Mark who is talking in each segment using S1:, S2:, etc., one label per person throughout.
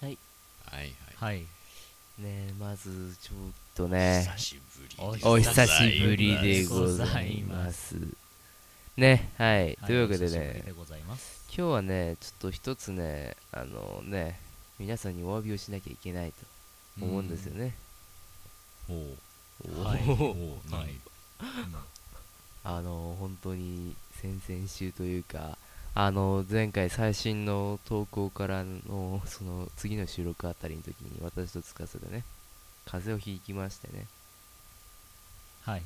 S1: はい
S2: はいはい、
S1: はいねえまずちょっと
S2: 久
S1: ね
S2: しぶり
S1: お
S2: です
S1: お
S2: ござ
S1: 久
S2: います
S1: しぶりでございますねはい
S3: は
S1: というわけで
S3: お久しぶり
S1: ね
S3: でございます
S1: 今日はねちょっと一つねあのね皆さんにお詫びをしなきゃいけないと思うんですよね
S2: おう
S1: お
S3: はい
S1: ー
S2: おう何
S3: はいうん
S1: あの本当に先々週というかあの前回最新の投稿からのその次の収録あたりの時に私とつかさでね風邪をひきましてね
S3: はい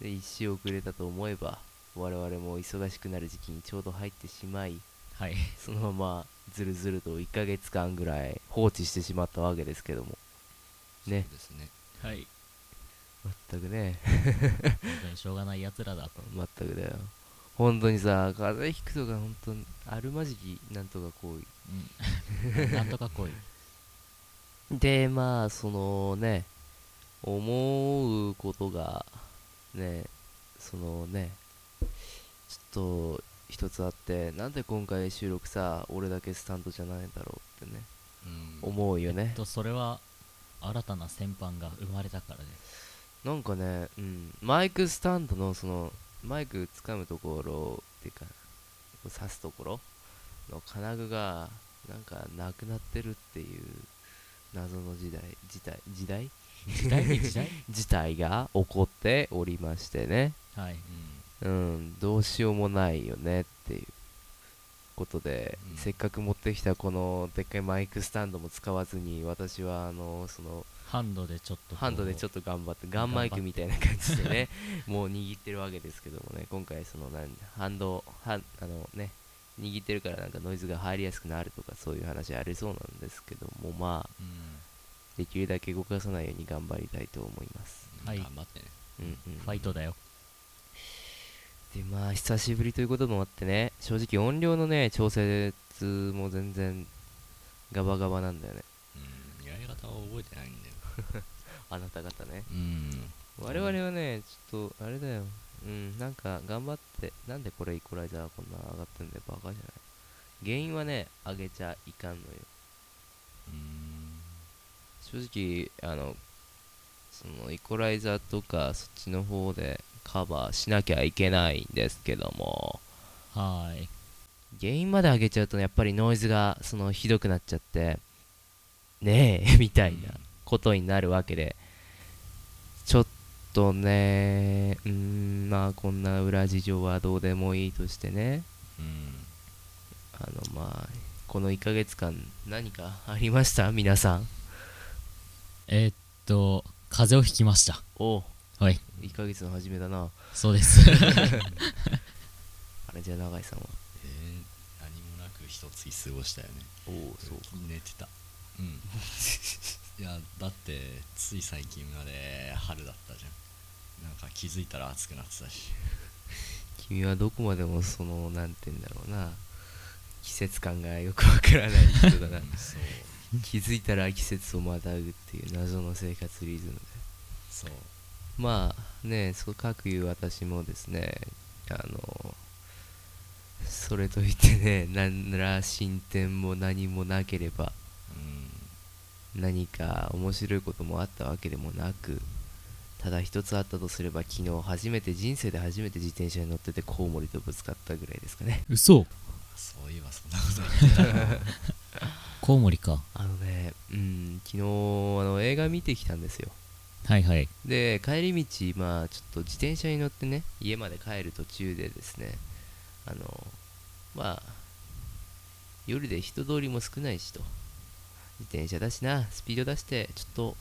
S1: で一周遅れたと思えば我々も忙しくなる時期にちょうど入ってしまい
S3: はい
S1: そのままずるずると1ヶ月間ぐらい放置してしまったわけですけどもね
S2: そうですね
S3: はい
S1: 全くね
S3: 本当にしょうがないやつらだと
S1: 全くだよ本当にさ風邪ひくとか本当にあるまじきなんとかこう
S3: うんなんとか来い
S1: でまあそのね思うことがねそのねちょっと一つあってなんで今回収録さ俺だけスタンドじゃないんだろうってね
S2: うん
S1: 思うよね、
S3: とそれは新たな戦犯が生まれ たからです
S1: なんかね、うん、マイクスタンドのそのマイク掴むところっていうか刺すところの金具がなんかなくなってるっていう謎の時代時代時代
S3: 時代に時代
S1: 事態が起こっておりましてね
S3: はい
S1: うんどうしようもないよねっていうことで、
S2: うん
S1: せっかく持ってきたこのでっかいマイクスタンドも使わずに私はあのその
S3: ハンドでちょっと
S1: ハンドでちょ
S3: っ
S1: っと頑張ってガンマイクみたいな感じで ねもう握ってるわけですけどもね今回そのなんハンドハンあのね握ってるからなんかノイズが入りやすくなるとかそういう話ありそうなんですけどもまあ
S2: うん
S1: できるだけ動かさないように頑張りたいと思います、
S3: はい
S2: 頑張ってね
S1: うんうん、
S3: ファイトだよ
S1: でまあ久しぶりということもあってね正直音量のね調節も全然ガバガバなんだよね
S2: うんやり方は覚えてないんだよ
S1: あなた方ね
S2: うん
S1: 我々はねちょっとあれだようんなんか頑張ってなんでこれイコライザーこんな上がってんだよバカじゃない原因はね上げちゃいかんのよ
S2: うん
S1: 正直あのそのイコライザーとかそっちの方でカバーしなきゃいけないんですけども
S3: はーい
S1: 原因まで上げちゃうとねやっぱりノイズがそのひどくなっちゃってねえ みたいなことになるわけでちょっとねうーんまあこんな裏事情はどうでもいいとしてね
S2: うん
S1: あのまあこの1ヶ月間何かありました皆さん
S3: えーっと風邪をひきました
S1: お
S3: はい
S1: 1ヶ月の初めだな
S3: そうです
S1: あれじゃあ永井さんは
S2: えー何もなく一つ過ごしたよね
S1: おおそう
S2: 寝てたうん いやだってつい最近まで春だったじゃんなんか気づいたら暑くなってたし
S1: 君はどこまでもそのなんて言うんだろうな季節感がよくわからない人だな
S2: うんそう
S1: 気づいたら季節をまたぐっていう謎の生活リズムで
S2: そう
S1: まあねそうかくいう私もですねあのそれといってね何ら進展も何もなければ
S2: うん
S1: 何か面白いこともあったわけでもなくただ一つあったとすれば昨日初めて人生で初めて自転車に乗っててコウモリとぶつかったぐらいですかね
S3: 嘘
S2: そういえばそんなこと言ってたな
S3: コウモリか
S1: あのねうん昨日あの映画見てきたんですよ
S3: はいはい
S1: で帰り道まあちょっと自転車に乗ってね家まで帰る途中でですねあのまあ夜で人通りも少ないしと自転車だしなスピード出してちょっと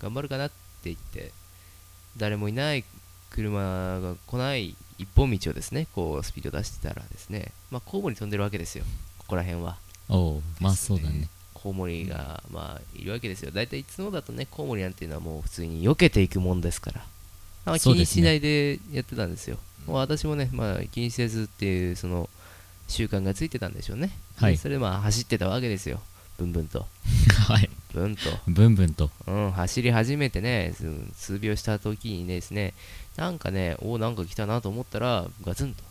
S1: 頑張るかなって言って誰もいない車が来ない一本道をですねこうスピード出してたらですねまあ交互に飛んでるわけですよここら辺は
S3: おおまあ
S2: です
S3: そ
S2: ね
S3: うだね
S1: コウモリが、まあいるわけですよ大体いつもだとねコウモリなんていうのはもう普通に避けていくもんですからあんま気
S3: そう
S1: に
S3: ですね
S1: しないでやってたんですよ
S2: うん
S1: まあ私もね、まあ、気にせずっていうその習慣がついてたんでしょうね、
S3: はい
S1: でそれでまあ走ってたわけですよブンブンと
S3: はい
S1: ブンと
S3: ブンブンと
S1: うん、走り始めてね、す数秒した時にですね、なんかね、おお、なんか来たなと思ったら、ガツンと。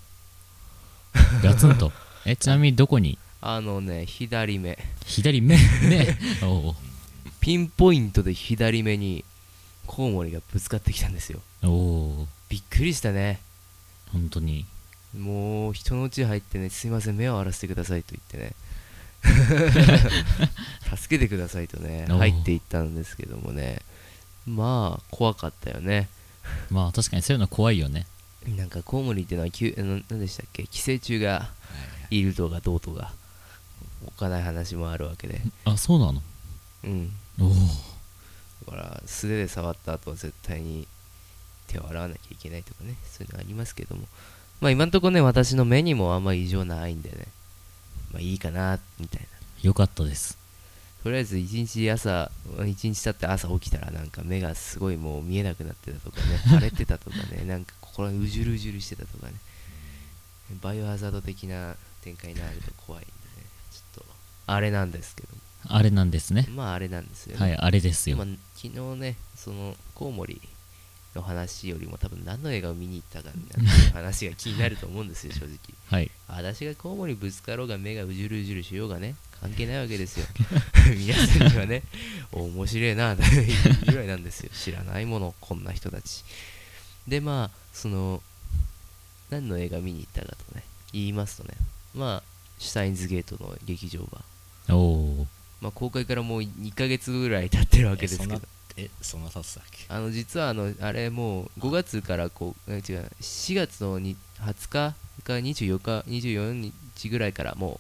S3: ガツンとえちなみにどこに
S1: あのね左目
S3: 左目目おう
S1: ピンポイントで左目にコウモリがぶつかってきたんですよ
S3: おおう
S1: びっくりしたね
S3: 本当に
S1: もう人のうち入ってねすいません目を荒らしてくださいと言って ね助けてくださいとね
S3: おー
S1: 入っていったんですけどもねまあ怖かったよね
S3: まあ確かにそういうの怖いよね
S1: なんかコウモリっていうのはきゅあの何でしたっけ寄生虫がいるとかどうとかおっかない話もあるわけで
S3: あそうなの
S1: うん
S3: おお
S1: だから素手で触った後は絶対に手を洗わなきゃいけないとかねそういうのありますけどもまあ今んとこね私の目にもあんま異常ないんでねまあいいかなみたいな
S3: よかったです
S1: とりあえず一日朝一日経って朝起きたらなんか目がすごいもう見えなくなってた とかね腫れてたとかねなんか心がうじゅるうじゅるしてたとかねバイオハザード的な展開になると怖いんでねちょっとあれなんですけど
S3: あれなんですね
S1: まああれなんですよね、
S3: はいあれですよ、
S1: まあ、昨日ねそのコウモリの話よりも多分何の映画を見に行ったかみたいな話が気になると思うんですよ正直
S3: はい
S1: 私がコウモリぶつかろうが目がうじゅるうじゅるしようがね関係ないわけですよ皆さんにはね面白いなというぐらいなんですよ知らないものこんな人たちでまあその何の映画見に行ったかとね言いますとねまあシュタインズゲートの劇場版、
S3: おお
S1: まあ、公開からもう2ヶ月ぐらい経ってるわけですけど
S2: えそんな経つだっけ
S1: あの実はあのあれもう5月からこうえ違う4月のに20日か24日24日ぐらいからも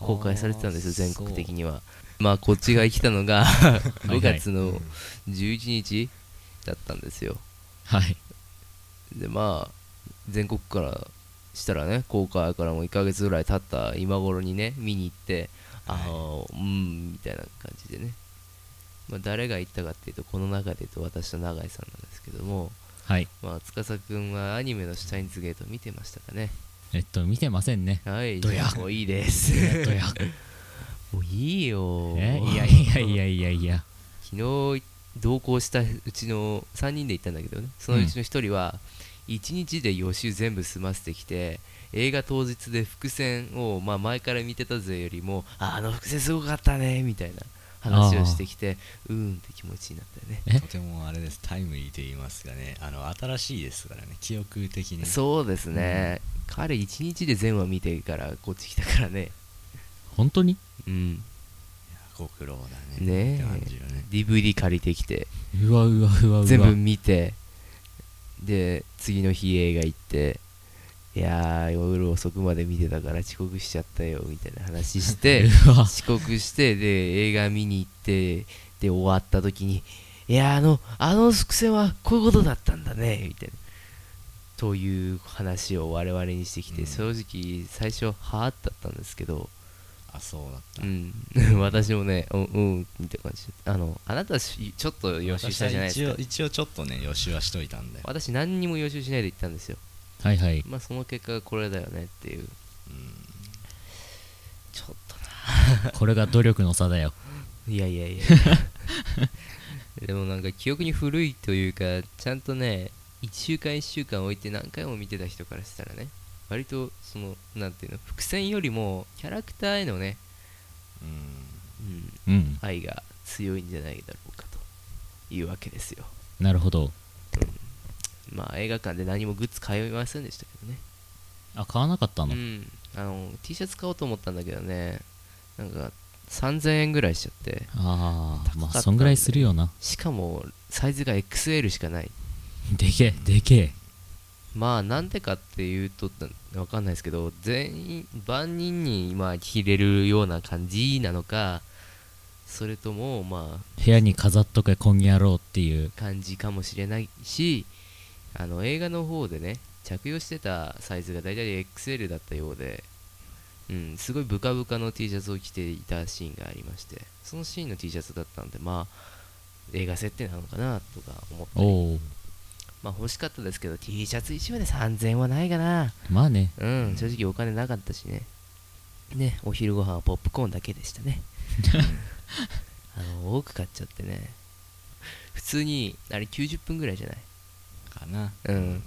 S1: う公開されてたんですよ全国的にはまあこっちが生きたのが
S3: はい
S1: 5月の11日だったんですよ
S3: はい
S1: でまあ全国からしたらね公開からも1ヶ月ぐらい経った今頃にね見に行ってあの、うんみたいな感じでね、まあ、誰が行ったかっていうとこの中で言うと私と永井さんなんですけども
S3: はい
S1: まあ司くんはアニメの「シュタインズゲート」見てましたかね
S3: えっと見てませんね
S1: はい
S3: どや
S1: じゃあもういいです
S3: えっとや
S1: もういいよ
S3: えいやいやいやいやいや
S1: 昨日同行したうちの3人で行ったんだけどねそのうちの1人は1日で予習全部済ませてきて映画当日で伏線を、まあ、前から見てたぜよりもああの伏線すごかったねみたいな話をしてきてうーんって気持ちになったよね
S3: え
S2: とてもあれですタイムリーと言いますがねあの新しいですからね記憶的に
S1: そうですね、彼1日で全話見てからこっち来たからね
S3: 本当に
S1: うん
S2: いやご苦労だね
S1: ね
S2: って感じよね
S1: DVD 借りてきて
S3: うわうわうわうわ
S1: 全部見てで次の日映画行っていやー夜遅くまで見てたから遅刻しちゃったよみたいな話して
S3: うわ
S1: 遅刻してで映画見に行ってで終わった時にいやーあのあの伏線はこういうことだったんだねみたいなという話を我々にしてきて、
S2: うん
S1: 正直最初はーっだったんですけど、
S2: あそうだった、
S1: うん、 私もねうんうんみたいな感じであのあなたしちょっと予習したじゃないです
S2: 私
S1: か
S2: は一応一応ちょっとね予習はしといたんで、
S1: 私何にも予習しないで行ったんですよ
S3: はいはい
S1: まあその結果がこれだよねってい
S2: う
S1: う
S2: ん、
S1: ちょっと
S3: これが努力の差だよ
S1: ないやいやい やでもなんか記憶に古いというかちゃんとね1週間1週間置いて何回も見てた人からしたらね割とそのなんていうの伏線よりもキャラクターへのね、
S2: うん
S1: うん、
S3: うん
S1: 愛が強いんじゃないだろうかというわけですよ、
S3: なるほど
S1: うん、まあ映画館で何もグッズ買いませんでしたけどね
S3: あ買わなかったの、
S1: うん、あの T シャツ買おうと思ったんだけどねなんか3000円ぐらいしちゃって
S3: ああ
S1: 高かった
S3: ま
S1: んだ
S3: あ
S1: よ
S3: そんぐらいするよな
S1: しかもサイズが XL しかない
S3: でけえでけえ
S1: まあなんでかっていうとわかんないですけど全員万人にまあ着れるような感じなのかそれともまあ
S3: 部屋に飾っとけこん野郎っていう
S1: 感じかもしれないしあの映画の方でね着用してたサイズが大体 XL だったようで、うん、すごいブカブカの T シャツを着ていたシーンがありましてそのシーンの T シャツだったんでまあ映画設定なのかなとか思った
S3: お
S1: り
S3: お
S1: まあ欲しかったですけど T シャツ1枚で3000円はないかな
S3: まあね
S1: うん正直お金なかったしねねお昼ご飯はポップコーンだけでしたね あの多く買っちゃってね普通にあれ90分ぐらいじゃない
S2: かな
S1: うん、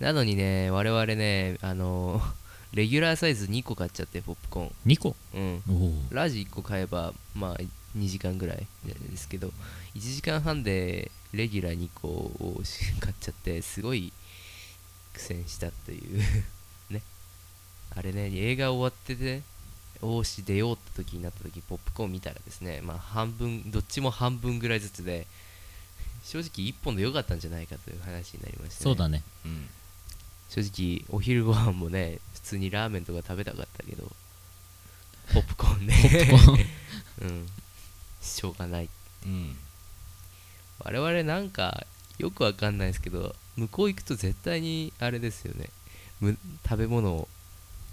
S1: なのにね、我々ね、あのレギュラーサイズ2個買っちゃって、ポップコーン。
S3: 2個
S1: うん
S3: おお
S1: ラジ1個買えばまあ2時間ぐらいですけど1時間半でレギュラー2個を買っちゃってすごい苦戦したという ねあれね映画終わってておーし出ようって時になった時ポップコーン見たらですねまあ半分どっちも半分ぐらいずつで正直1本で良かったんじゃないかという話になりました
S3: そうだね
S2: うん
S1: 正直お昼ご飯もね 普通にラーメンとか食べたかったけどポップコーンね
S3: ポップコーン
S1: うんしょうがない
S2: うん
S1: 我々なんかよくわかんないですけど向こう行くと絶対にあれですよねむ食べ物を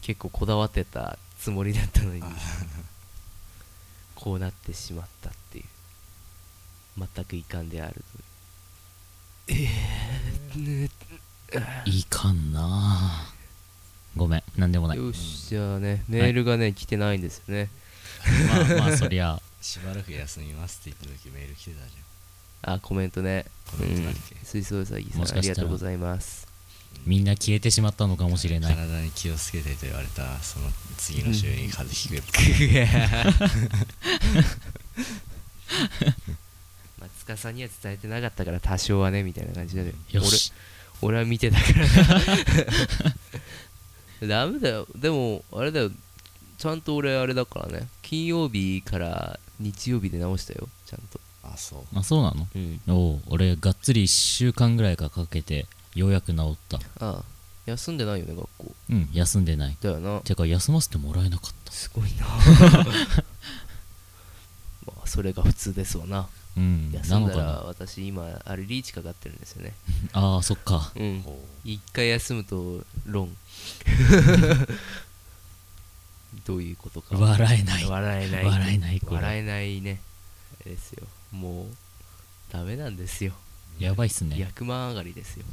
S1: 結構こだわってたつもりだったのに
S2: あ
S1: こうなってしまったっていう全く遺憾であるというえーね
S3: いかんなあごめんなんでもない
S1: よしじゃあねメールがね、来てないんですよね
S3: まあまあそりゃ
S2: しばらく休みますって言った時メール来てたじ
S1: あコメントね
S2: コメントだっけ
S1: うん水槽うさぎさ
S3: も
S1: ん
S3: し
S1: あ
S3: か
S1: り
S3: した
S1: が
S3: ら
S1: とうございます
S3: みんな消えてしまったのかもしれ
S2: ゃん
S3: ない
S2: 体に気をつけてと言われたその次の週に風邪ひくよ
S1: まあ塚さんには伝えてなかったから多少はねみたいな感じだけど
S3: よし
S1: 俺俺は見てたから ダメだよでもあれだよちゃんと俺あれだからね金曜日から日曜日で直したよちゃんと
S2: あそう
S3: あそうなの
S1: うん
S3: おお俺がっつり1週間ぐらいかかけてようやく治った
S1: ああ休んでないよね学校
S3: うん休んでない
S1: だよな
S3: てか休ませてもらえなかった
S1: すごい なまあそれが普通ですわな
S3: うん
S1: 休
S3: なんの
S1: だ
S3: からな
S1: 私今あれリーチかかってるんですよね
S3: ああそっか
S1: うん
S2: ほう
S1: 一回休むとロ ンどういうことか
S3: 笑えない
S1: 笑えない
S3: 笑えないこれ
S1: 笑えないねあれですよもうダメなんですよ、
S3: やばいっすね
S1: 役満上がりですよ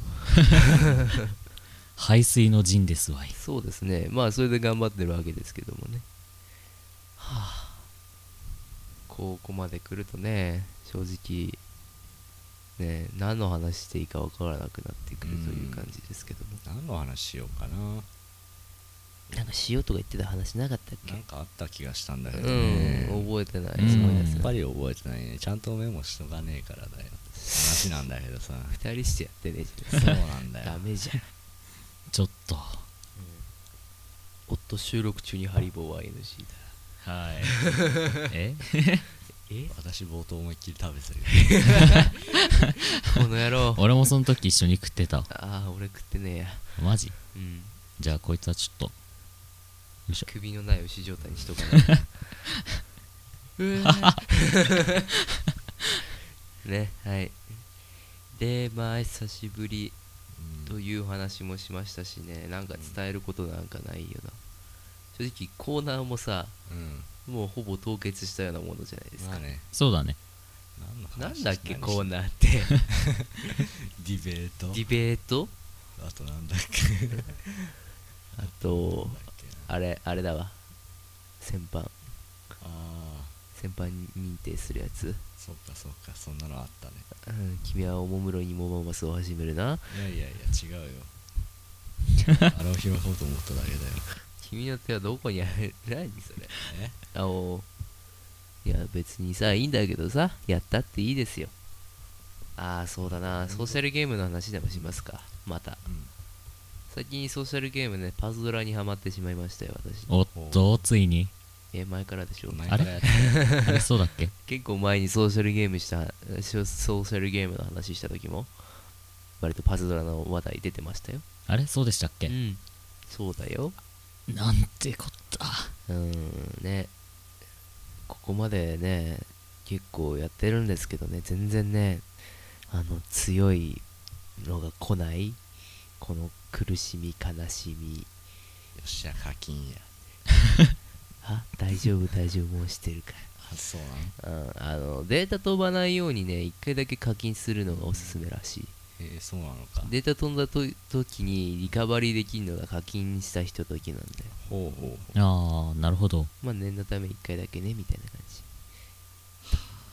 S3: 排水の陣ですわい
S1: そうですねまあそれで頑張ってるわけですけどもねはあここまで来るとね正直ね何の話していいか分からなくなってくるという感じですけども、
S2: 何の話しようかな
S1: なんか塩とか言ってた話なかったっけ
S2: なんかあった気がしたんだけどね、
S1: うん覚えてな
S3: う
S1: い
S3: ん
S1: すごい
S2: や
S1: で
S2: っ
S1: す
S2: ぱ
S1: ね
S2: り覚えてないねちゃんとメモしとかねえからだよ話なんだけどさ
S1: 二人してやってね
S2: そうなんだよ
S1: ダメじゃん
S3: ちょっと
S1: おっと収録中にハリボーは NG だ
S3: はいえ
S1: え
S2: 私冒頭思いっきり食べてる
S1: この野 郎
S3: 俺もその時一緒に食ってた
S1: ああ俺食ってねえや
S3: マジ
S1: うん
S3: じゃあこいつはちょっとよいしょ
S1: 首のない牛状態にしとか ないとうわ ーねはいでまあ久しぶりという話もしましたしねなんか伝えることなんかないよな正直コーナーもさ
S2: うん
S1: もうほぼ凍結したようなものじゃないです
S2: ま
S1: か、
S2: あね
S3: そうだね
S2: 何の話
S1: なんだっけ
S2: 何
S1: コーナーって
S2: ディベート
S1: ディベート
S2: あとなんだっけなんだっ
S1: あと
S2: けな
S1: あれあれだわ先般
S2: ああ
S1: 先般認定するやつ、
S2: そっかそっかそんなのあったね
S1: うん、君はおもむろにモママスを始めるない
S2: やいやいや違うよあれを開こうと思っただけだよ
S1: 君の手はどこにある何それ
S2: え
S1: あおいや別にさいいんだけどさやったっていいですよああそうだなソーシャルゲームの話でもしますかまた
S2: うん
S1: 最近ソーシャルゲームねパズドラにはまってしまいましたよ私
S3: おっとつい に
S1: え前からでしょ
S2: 前か
S3: あれ
S2: らやってたよ
S3: あれそうだっけ
S1: 結構前にソーシャルゲームしたソソーシャルゲームの話した時も割とパズドラの話題出てましたよ
S3: あれそうでしたっ
S1: う
S3: け
S1: んそうだよ
S3: なんてこった
S1: うーんねここまでね結構やってるんですけどね全然ねあの強いのが来ないこの苦しみ悲しみ
S2: っしゃ課金や
S1: あ大丈夫大丈夫もうしてるから
S2: あそうなの
S1: うんあのデータ飛ばないようにね1回だけ課金するのがおすすめらしい
S2: えー、そうなのか
S1: データ飛んだと時にリカバリーできるのが課金した人時なんで
S2: ほうほうほう
S3: ああなるほど
S1: まあ念のため1回だけねみたいな感じ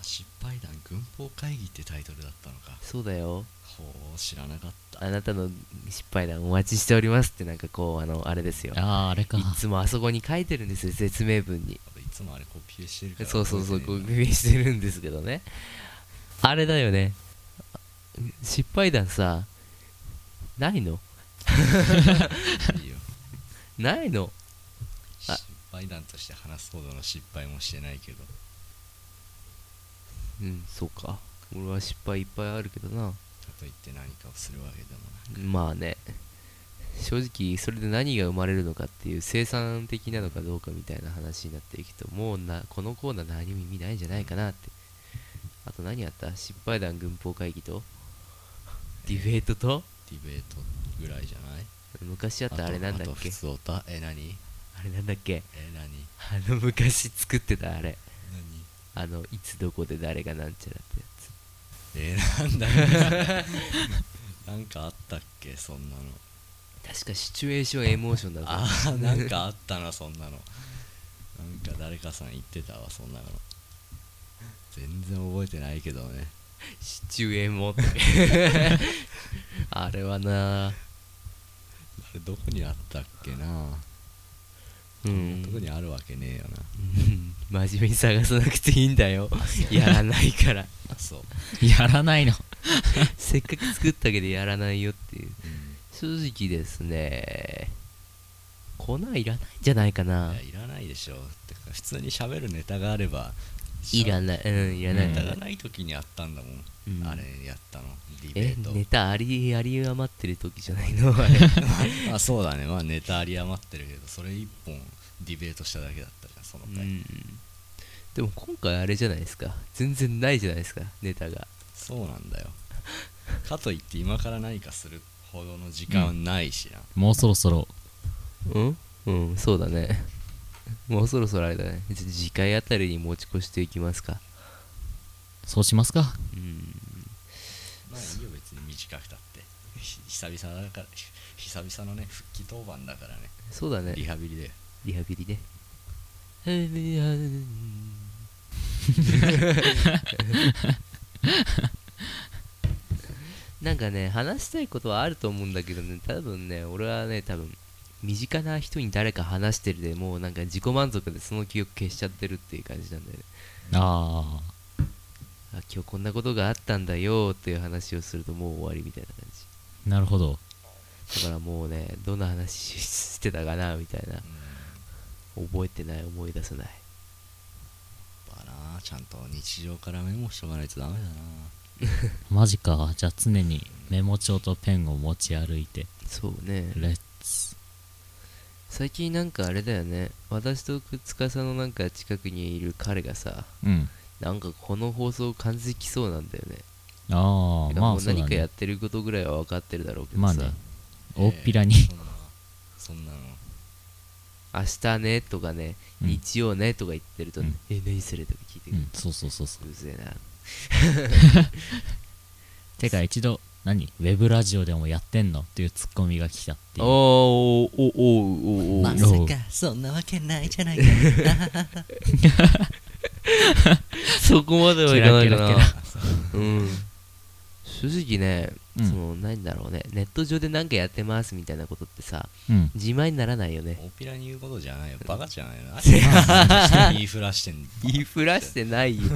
S2: 失パイダン軍法会議ってタイトルだったのか
S1: そうだよ
S2: ほう知らなかった
S1: あなたの失敗談お待ちしておりますってなんかこうあのあれですよい
S3: あああれか
S1: つもあそこに書いてるんですよ説明文に
S2: いつもあれコピーしてるから
S1: そうそうそうこ
S2: 覚え
S1: う
S2: てね
S1: 運営してるんですけどねあれだよね失敗談さないの
S2: え ないよ
S1: ないのあ
S2: 失敗談として話すほどの失敗もしてないけど
S1: うんそうか俺は失敗いっぱいあるけどな
S2: かといって何かをするわけでもなく
S1: まあね正直それで何が生まれるのかっていう生産的なのかどうかみたいな話になっていくともうなこのコーナー何も意味ないんじゃないかなってあと何あった失敗談軍法会議とディベートと
S2: ディベートぐらいじゃない
S1: 昔あったあれなんだっ
S2: あと
S1: け
S2: 普通おたえ何
S1: あれなんだっけ
S2: え何
S1: あの昔作ってたあれ
S2: 何
S1: あのいつどこで誰がなんちゃらってやつ
S2: えー、なんだ っけなんかあったっけそんなの
S1: 確かシチュエーションエモーションだ
S2: あー なんかあったなそんなのなんか誰かさん言ってたわそんなの全然覚えてないけどね
S1: シチュエモって あれはな
S2: あれどこにあったっけな、
S1: う
S2: 特
S1: ん
S2: にあるわけねえよな
S1: うん真面目に探さなくていいんだよやらないから
S2: あそう、
S3: やらないの
S1: せっかく作ったけどやらないよっていう
S2: うん
S1: 正直ですね粉いらないんじゃないかない
S2: やいらないでしょてか普通に喋るネタがあれば
S1: いら
S2: い
S1: ないうんいらない
S2: ネタがない時にあったんだもん、
S1: うん
S2: あれやったのディベ
S1: え
S2: ート
S1: ネタありあり余ってる時じゃない のあれ
S2: あそうだねまあネタあり余ってるけどそれ一本ディベートしただけだったじゃんその
S1: う
S2: 回、
S1: んでも今回あれじゃないですか全然ないじゃないですかネタが
S2: そうなんだよかといって今から何かするほどの時間ないしな、
S3: もうそろそろ
S1: うんうんそうだねもうそろそろあれだねじゃ次回あたりに持ち越していきますか
S3: そうしますか
S1: うん
S2: まあいいよ別に短くたってひ久々だからひ久々のね復帰当番だからね
S1: そうだね
S2: リハビリで
S1: リハビリねえーいやうん なんかね話したいことはあると思うんだけどね多分ね俺はね多分身近な人に誰か話してるでもうなんか自己満足でその記憶消しちゃってるっていう感じなんだよね
S3: ああ
S1: あ今日こんなことがあったんだよっていう話をするともう終わりみたいな感
S3: なるほど
S1: じだからもうねどんな話ししてたかなみたいな
S2: うん
S1: 覚えてない思い出せない
S2: やっぱなちゃんと日常からメモしとかないとダメだな
S3: マジかじゃあ常にメモ帳とペンを持ち歩いて
S1: そうね
S3: レッツ
S1: 最近なんかあれだよね私と司のなんか近くにいる彼がさ
S3: うん
S1: なんかこの放送感じきそうなんだよね
S3: あ
S1: て
S3: あ
S1: か
S3: ま
S1: も
S3: あ
S1: う
S3: そう
S1: 何
S3: だ
S1: かや
S3: ね
S1: ってることぐらいは分かってるだろうけど
S3: まあ
S1: さ、
S3: ね大っぴらに
S2: えーそんなそんなの
S1: 明日ねとかね、
S3: うん
S1: 日曜ねとか言ってると、ねえ何それとか聞いて
S3: う
S1: くる
S3: ん、そうそうそうそう
S1: うぜえな
S3: てか一度何ウェブラジオでもやってんのっていうツッコミが来たっていう
S1: おーおーおーおーおー
S3: まさか
S2: そんなわけないじゃないか
S1: そこまではいかないかな
S3: キラキラ
S1: うん正直ね、
S3: うん
S1: その何だろうねネット上で何かやってますみたいなことってさ
S3: うん
S1: 自前にならないよね
S2: 大っぴらに言うことじゃないよバカじゃないよ 言いふらしてんの
S1: 言いふらしてないよ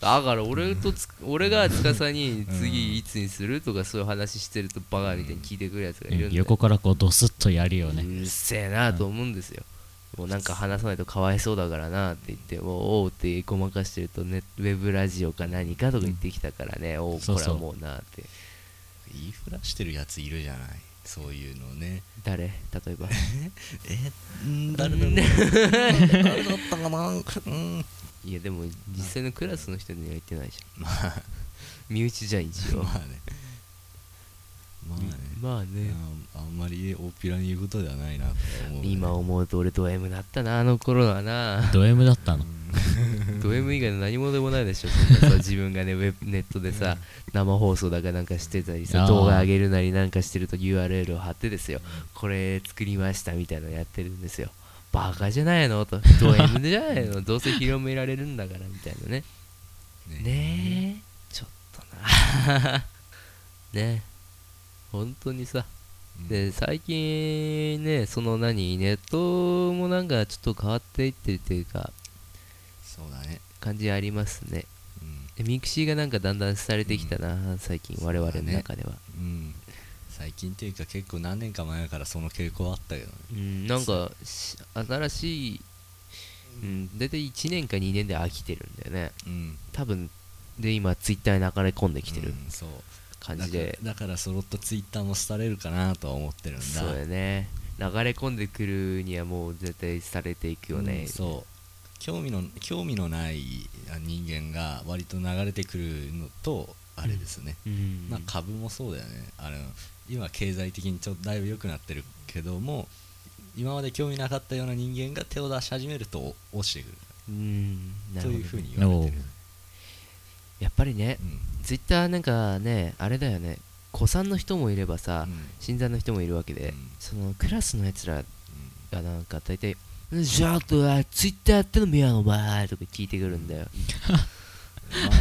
S1: だから俺とつ俺が司に次いつにするとかそういう話してるとバカみたいに聞いてくるやつがいるんだよ
S3: 横からこうドスッとやるよね、
S1: うるせえなと思うんですよ、もうなんか話さないとかわいそうだからなって言って、おうおうってごまかしてるとねウェブラジオか何かとか言ってきたからね、おう
S3: そう
S1: これ
S3: そ
S1: は
S3: う
S1: もうなって
S2: 言いふらしてるやついるじゃないそういうのね
S1: 誰例えば
S2: えん誰だろう誰だったかなうん
S1: いやでも実際のクラスの人には言ってないじ
S2: まあ
S1: ゃん身内じゃん一 応
S2: まあねまあね
S1: まあね
S2: あんあんまり大っぴらに言うことではないなと思うね
S1: 今思うと俺ド M だったなあの頃はな
S3: ド M だったの
S1: ド M 以外の何もでもないでしょそんなさ自分がねウェブネットでさ生放送だかなんかしてたり
S3: あ
S1: さ
S3: ー
S1: 動画上げるなりなんかしてると URL を貼ってですよこれ作りましたみたいなのやってるんですよバカじゃないのとド M じゃないのどうせ広められるんだからみたいなねねえちょっとな ねえ本当にさ
S2: うん
S1: で最近ねその何ネットもなんかちょっと変わっていってるというか
S2: そうだね
S1: 感じありますね
S2: うん
S1: でミクシーがなんかだんだんされてきたな、最近我々の中では
S2: うん最近っていうか結構何年か前からその傾向あったけどね
S1: うんなんかし新しい、うん、大体1年か2年で飽きてるんだよね
S2: うん
S1: 多分で今ツイッターに流れ込んできてる
S2: うんそう
S1: 感じで、
S2: だからだからそろっとツイッターも廃れるかなとは思ってるんだ
S1: そうやね流れ込んでくるにはもう絶対されていくよね、
S2: うんそう興味の興味のないあ人間が割と流れてくるのとあれですね、
S1: うん
S2: まあ株もそうだよねあの今経済的にちょっとだいぶ良くなってるけども今まで興味なかったような人間が手を出し始めると落ちてくる
S1: うん
S2: と
S1: なるほど
S2: いうふうに言われてる、
S1: やっぱりね、
S2: うん
S1: ツイッターなんかねあれだよね古参の人もいればさ、
S2: うん
S1: 新参の人もいるわけで、
S2: うん
S1: そのクラスのやつらがなんか大体「じゃあとはツイッターやってんのみやお前」とか聞いてくるんだよ、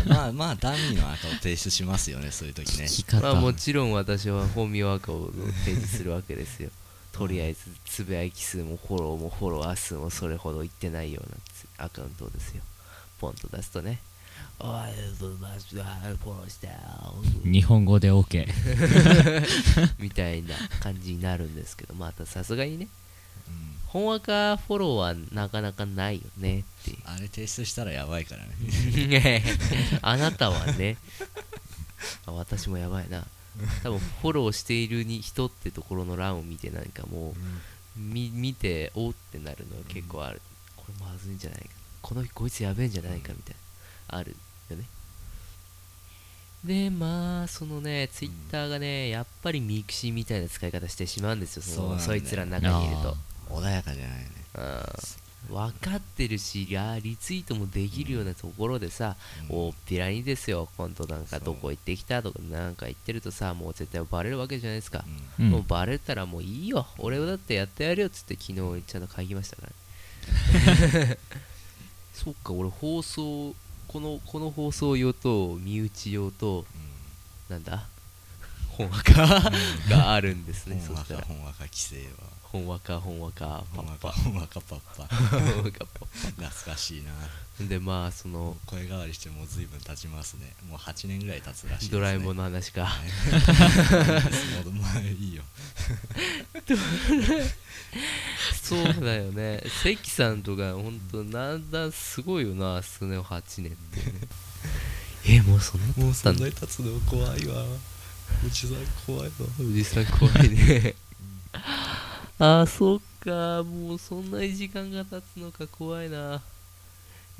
S2: うんまあまあまあダミーの赤を提出します よねそういう時ね
S3: 聞き方、
S1: まあもちろん私は本名赤を提示するわけですよとりあえずつぶやき数もフォローもフォロワー数もそれほどいってないようなつアカウントをですよポンと出すとね「おいマジでフォローしてよ」
S3: 日本語で OK
S1: みたいな感じになるんですけどまたさすがにね
S2: うん
S1: 本赤フォローはなかなかないよねっていう
S2: あれ提出したらやばいからね
S1: ねえ あなたはねあ私もやばいな多分フォローしているに人ってところの欄を見てなんかもうみ見ておーってなるのは結構あるこれまずいんじゃないかこの日こいつやべえんじゃないかみたいなあるよねでまあそのねツイッターがねやっぱりミクシーみたいな使い方してしまうんですよそ
S2: そうなん
S1: の
S2: だよ
S1: そいつらの中にいると
S2: 穏やかじゃないよね
S1: うん分かってるしあーリツイートもできるようなところでさ、
S2: うん
S1: 大っぴらにですよ今度なん
S2: そ
S1: か
S2: う
S1: どこ行ってきたとかなんか言ってるとさもう絶対バレるわけじゃないですか
S2: う、ん
S3: うん
S1: もうバレたらもういいよ俺はだってやってやるよっつって昨日ちゃんと書きましたからね そっか俺放送このこの放送用と身内用となんだ本若があるんです
S2: うん
S1: ねそ
S2: 本
S1: した
S2: 若
S1: ら
S2: 本若規制は
S1: 本若本若パ
S2: 本
S1: ッ
S2: 若
S1: パ
S2: 本若パッパ
S1: 本若パッ
S2: 懐かしいな
S1: パでまあその
S2: 声変わりしてもう随分経ちますねもう8年ぐらい経つらしいです、ね、
S1: ドラ えもんの話か
S2: 戻まあいいよ
S1: そうだよね関さんとかほんとなんだんすごいよなスネ夫8年ってね えもうそんな
S2: もう
S1: そんなに
S2: 経つの怖いわうちさん怖いわ
S1: おじさん怖いねあーそっかもうそんなに時間が経つのか怖いな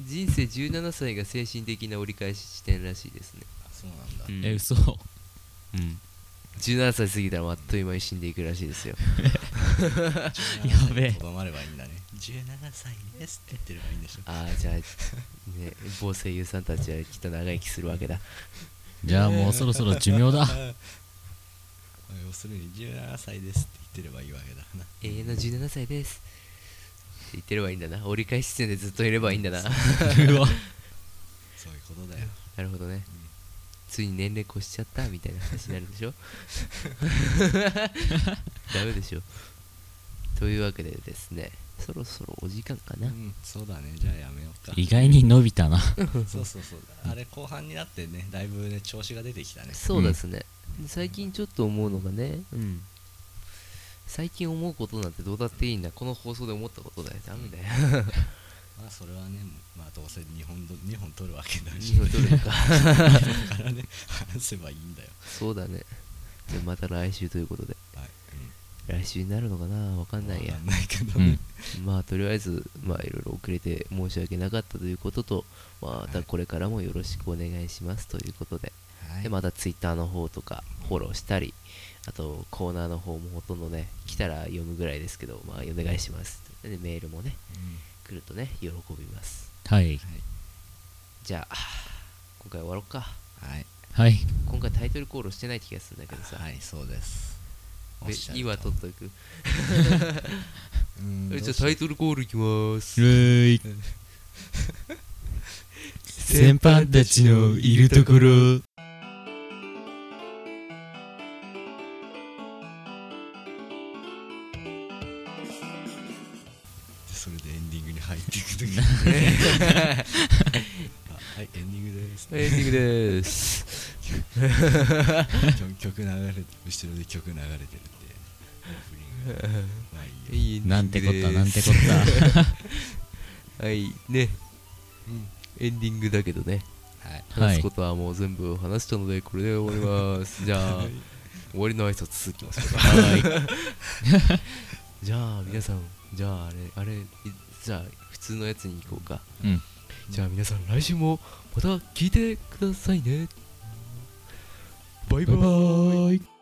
S1: 人生17歳が精神的な折り返し地点らしいですね、
S2: そうなんだ、
S1: うん
S3: え嘘
S1: うん17歳過ぎたらあっという間に死んでいくらしいですよ
S2: 17
S3: やべえ
S2: 歳にとどまればいいんだね17歳ですって言ってればいいんでしょ
S1: ああじゃあね某声優さんたちはきっと長生きするわけだ
S3: じゃあもうそろそろ寿命 だ
S2: 要するに17歳ですって言ってればいいわけだな
S1: 永遠の17歳ですって言ってればいいんだな折り返し地点でずっといればいいんだな
S3: うわ
S2: そういうことだよ、
S1: なるほどねついに年齢越しちゃったみたいな話になるでしょダメでしょというわけでですねそろそろお時間か
S2: う
S1: な、
S2: ん、そうだねじゃあやめようか
S3: 意外に伸びたな
S2: そうそうそうあれ後半になってねだいぶね調子が出てきたね
S1: そうですね最近ちょっと思うのがね、うん、最近思うことなんてどうだっていいんだこの放送で思ったことだよダメだよ
S2: まあそれはねまあどうせ日本ど日本取るわけ だし
S1: 日本取るのか
S2: だからね話せばいいんだよ
S1: そうだねじゃあまた来週ということで
S2: はい、
S1: 来週になるのかなわか
S2: うん
S1: ないや
S2: わかんないけど
S3: う
S2: ね、
S3: ん
S1: まあとりあえずまあいろいろ遅れて申し訳なかったということと、まあ、またこれからもよろしくお願いしますということで,、
S2: はい
S1: でまたツイッターの方とかフォローしたりあとコーナーの方もほとんどね来たら読むぐらいですけど、まあ、お願いしますでメールもね
S2: うん
S1: 来るとね喜びます
S3: はい
S1: じゃあ今回終わろうか
S2: はいはい
S3: はい
S1: 今回タイトルコールしてない気がするんだけどさ、
S2: はいそうですおっ
S1: で
S2: しゃる
S1: 今
S2: と
S1: 取っとく
S2: うん
S1: えじ
S2: ど
S1: ゃ
S2: う
S1: あタ
S2: し
S1: イトルコールいきます
S3: ーい先輩たちのいるところ
S2: それでエンディングに入っていくとき はいエンディングです
S1: エンディングでー す
S2: 曲流れて後ろで曲 流れてるんでオープニングがまあいいよ、
S1: エンディングでーす
S3: なんてこったなんてこった
S1: はいねエンディングだけどね
S2: はい
S3: はい
S1: 話すことはもう全部話したのでこれで終わりますじゃあ
S2: はい
S1: 終わりの挨拶続きますか じゃあ皆さんじゃああれあれいじゃあ普通のやつに行こうか
S3: うん
S1: じゃあ皆さん来週もまた聞いてくださいねバイバーイ
S3: イ